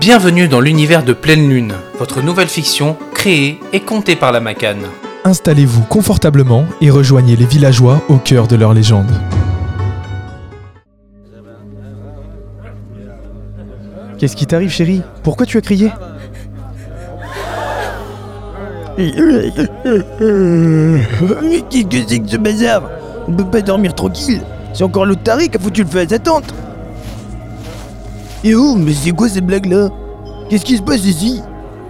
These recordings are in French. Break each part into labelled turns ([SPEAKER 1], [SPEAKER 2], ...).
[SPEAKER 1] Bienvenue dans l'univers de Pleine Lune, votre nouvelle fiction créée et contée par la Macane.
[SPEAKER 2] Installez-vous confortablement et rejoignez les villageois au cœur de leur légende. Qu'est-ce qui t'arrive chérie Pourquoi tu as crié
[SPEAKER 3] Mais qu'est-ce que c'est que ce bazar On peut pas dormir tranquille C'est encore l'autre taré qui a foutu le feu à sa tante Et oh, mais c'est quoi ces blagues là Qu'est-ce qui se passe ici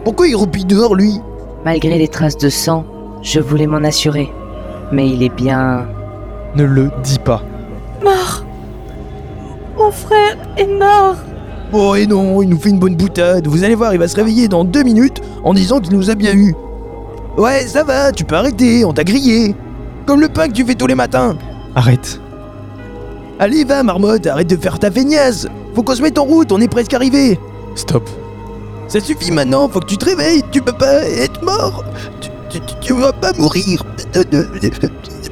[SPEAKER 3] Pourquoi il roupille dehors lui
[SPEAKER 4] Malgré les traces de sang, je voulais m'en assurer. Mais il est bien.
[SPEAKER 2] Ne le dis pas.
[SPEAKER 5] Mort Mon frère est mort
[SPEAKER 3] Bon Oh, et non, il nous fait une bonne boutade. Vous allez voir, il va se réveiller dans deux minutes en disant qu'il nous a bien eu. Ouais, ça va, tu peux arrêter, on t'a grillé. Comme le pain que tu fais tous les matins.
[SPEAKER 2] Arrête.
[SPEAKER 3] Allez, va, marmotte, arrête de faire ta feignasse. Faut qu'on se mette en route, on est presque arrivé.
[SPEAKER 2] Stop.
[SPEAKER 3] Ça suffit maintenant, faut que tu te réveilles, tu peux pas être mort. Tu, tu, tu- tu vas pas mourir. Euh,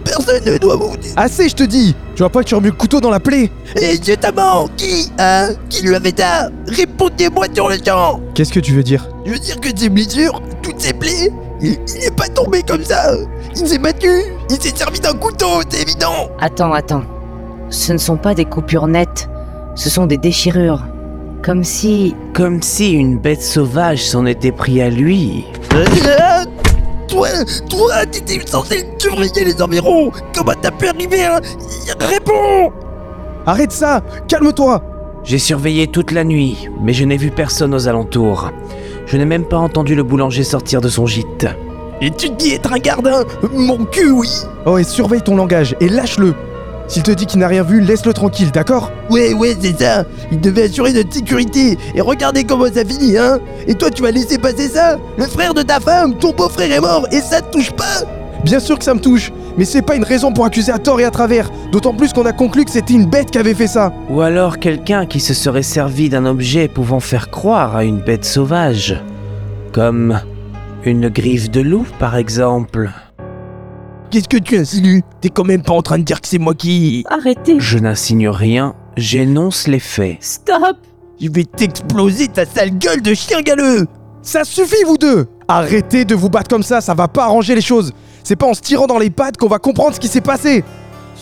[SPEAKER 3] Personne ne doit mourir.
[SPEAKER 2] Assez je te dis Tu vois pas que tu remets le couteau dans la plaie
[SPEAKER 3] Et je t'amant, qui, hein Qui lui avait ça Répondez-moi sur le champ
[SPEAKER 2] Qu'est-ce que tu veux dire
[SPEAKER 3] Je veux dire que ces blessures, toutes ces plaies, il, il est pas tombé comme ça Il s'est battu Il s'est servi d'un couteau, c'est évident
[SPEAKER 4] Attends, attends. Ce ne sont pas des coupures nettes, ce sont des déchirures. Comme si.
[SPEAKER 6] Comme si une bête sauvage s'en était pris à lui.
[SPEAKER 3] Ah, Toi, toi, t'étais censé surveiller les environs Comment t'as pu arriver hein Réponds
[SPEAKER 2] Arrête ça Calme-toi
[SPEAKER 6] J'ai surveillé toute la nuit, mais je n'ai vu personne aux alentours. Je n'ai même pas entendu le boulanger sortir de son gîte.
[SPEAKER 3] Et tu te dis être un gardien Mon cul, oui
[SPEAKER 2] Oh et surveille ton langage et lâche-le S'il te dit qu'il n'a rien vu, laisse-le tranquille, d'accord
[SPEAKER 3] Ouais, ouais, c'est ça Il devait assurer notre sécurité Et regardez comment ça finit, hein Et toi, tu vas laisser passer ça Le frère de ta femme, ton beau-frère est mort et ça te touche pas
[SPEAKER 2] Bien sûr que ça me touche, mais c'est pas une raison pour accuser à tort et à travers, d'autant plus qu'on a conclu que c'était une bête qui avait fait ça.
[SPEAKER 6] Ou alors quelqu'un qui se serait servi d'un objet pouvant faire croire à une bête sauvage. Comme une griffe de loup, par exemple.
[SPEAKER 3] Qu'est-ce que tu insinues T'es quand même pas en train de dire que c'est moi qui...
[SPEAKER 5] Arrêtez
[SPEAKER 6] Je n'insigne rien, j'énonce les faits.
[SPEAKER 5] Stop
[SPEAKER 3] Je vais t'exploser ta sale gueule de chien galeux
[SPEAKER 2] Ça suffit vous deux Arrêtez de vous battre comme ça, ça va pas arranger les choses. C'est pas en se tirant dans les pattes qu'on va comprendre ce qui s'est passé.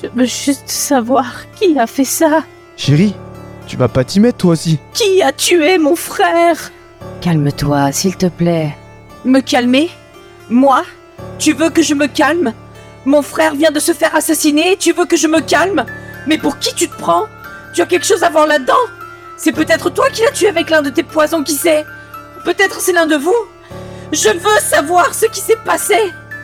[SPEAKER 5] Je veux juste savoir qui a fait ça
[SPEAKER 2] Chérie, tu vas pas t'y mettre toi aussi.
[SPEAKER 5] Qui a tué mon frère
[SPEAKER 4] Calme-toi, s'il te plaît.
[SPEAKER 5] Me calmer Moi Tu veux que je me calme Mon frère vient de se faire assassiner, tu veux que je me calme Mais pour qui tu te prends Tu as quelque chose à voir là-dedans C'est peut-être toi qui l'as tué avec l'un de tes poisons, qui sait Peut-être c'est l'un de vous Je veux savoir ce qui s'est passé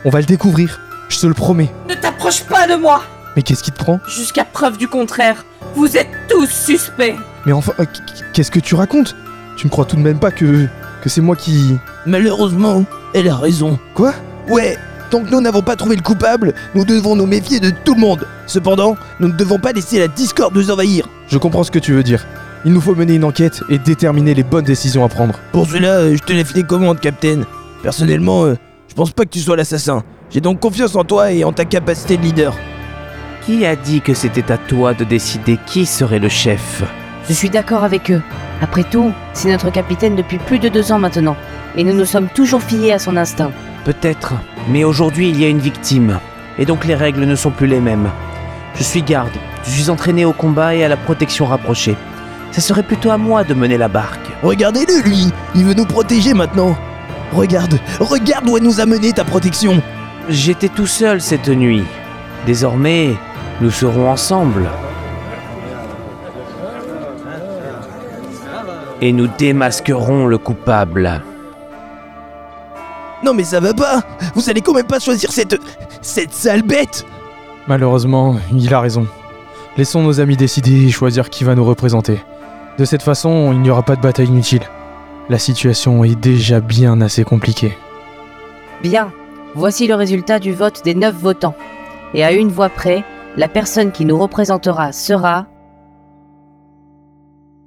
[SPEAKER 2] On va le découvrir, je te le promets.
[SPEAKER 5] Ne t'approche pas de moi
[SPEAKER 2] Mais qu'est-ce qui te prend
[SPEAKER 5] Jusqu'à preuve du contraire, vous êtes tous suspects
[SPEAKER 2] Mais enfin, euh, qu- qu'est-ce que tu racontes Tu ne crois tout de même pas que que c'est moi qui
[SPEAKER 3] Malheureusement, elle a raison.
[SPEAKER 2] quoi
[SPEAKER 3] Ouais, tant que nous n'avons pas trouvé le coupable, nous devons nous méfier de tout le monde. Cependant, nous ne devons pas laisser la discorde nous envahir.
[SPEAKER 2] Je comprends ce que tu veux dire. Il nous faut mener une enquête et déterminer les bonnes décisions à prendre.
[SPEAKER 3] Pour cela, euh, je te laisse les commandes, Captain. Personnellement, euh, je pense pas que tu sois l'assassin. J'ai donc confiance en toi et en ta capacité de leader.
[SPEAKER 6] Qui a dit que c'était à toi de décider qui serait le chef
[SPEAKER 4] Je suis d'accord avec eux. Après tout, c'est notre capitaine depuis plus de deux ans maintenant. Et nous nous sommes toujours fiés à son instinct.
[SPEAKER 6] Peut-être, mais aujourd'hui il y a une victime, et donc les règles ne sont plus les mêmes. Je suis garde, je suis entraîné au combat et à la protection rapprochée. Ce serait plutôt à moi de mener la barque.
[SPEAKER 3] Regardez-le, lui Il veut nous protéger maintenant Regarde, regarde où elle nous a mené ta protection
[SPEAKER 6] J'étais tout seul cette nuit. Désormais, nous serons ensemble. Et nous démasquerons le coupable.
[SPEAKER 3] Non mais ça va pas Vous allez quand même pas choisir cette... cette sale bête
[SPEAKER 2] Malheureusement, il a raison. Laissons nos amis décider et choisir qui va nous représenter. De cette façon, il n'y aura pas de bataille inutile. La situation est déjà bien assez compliquée.
[SPEAKER 4] Bien, voici le résultat du vote des neuf votants. Et à une voix près, la personne qui nous représentera sera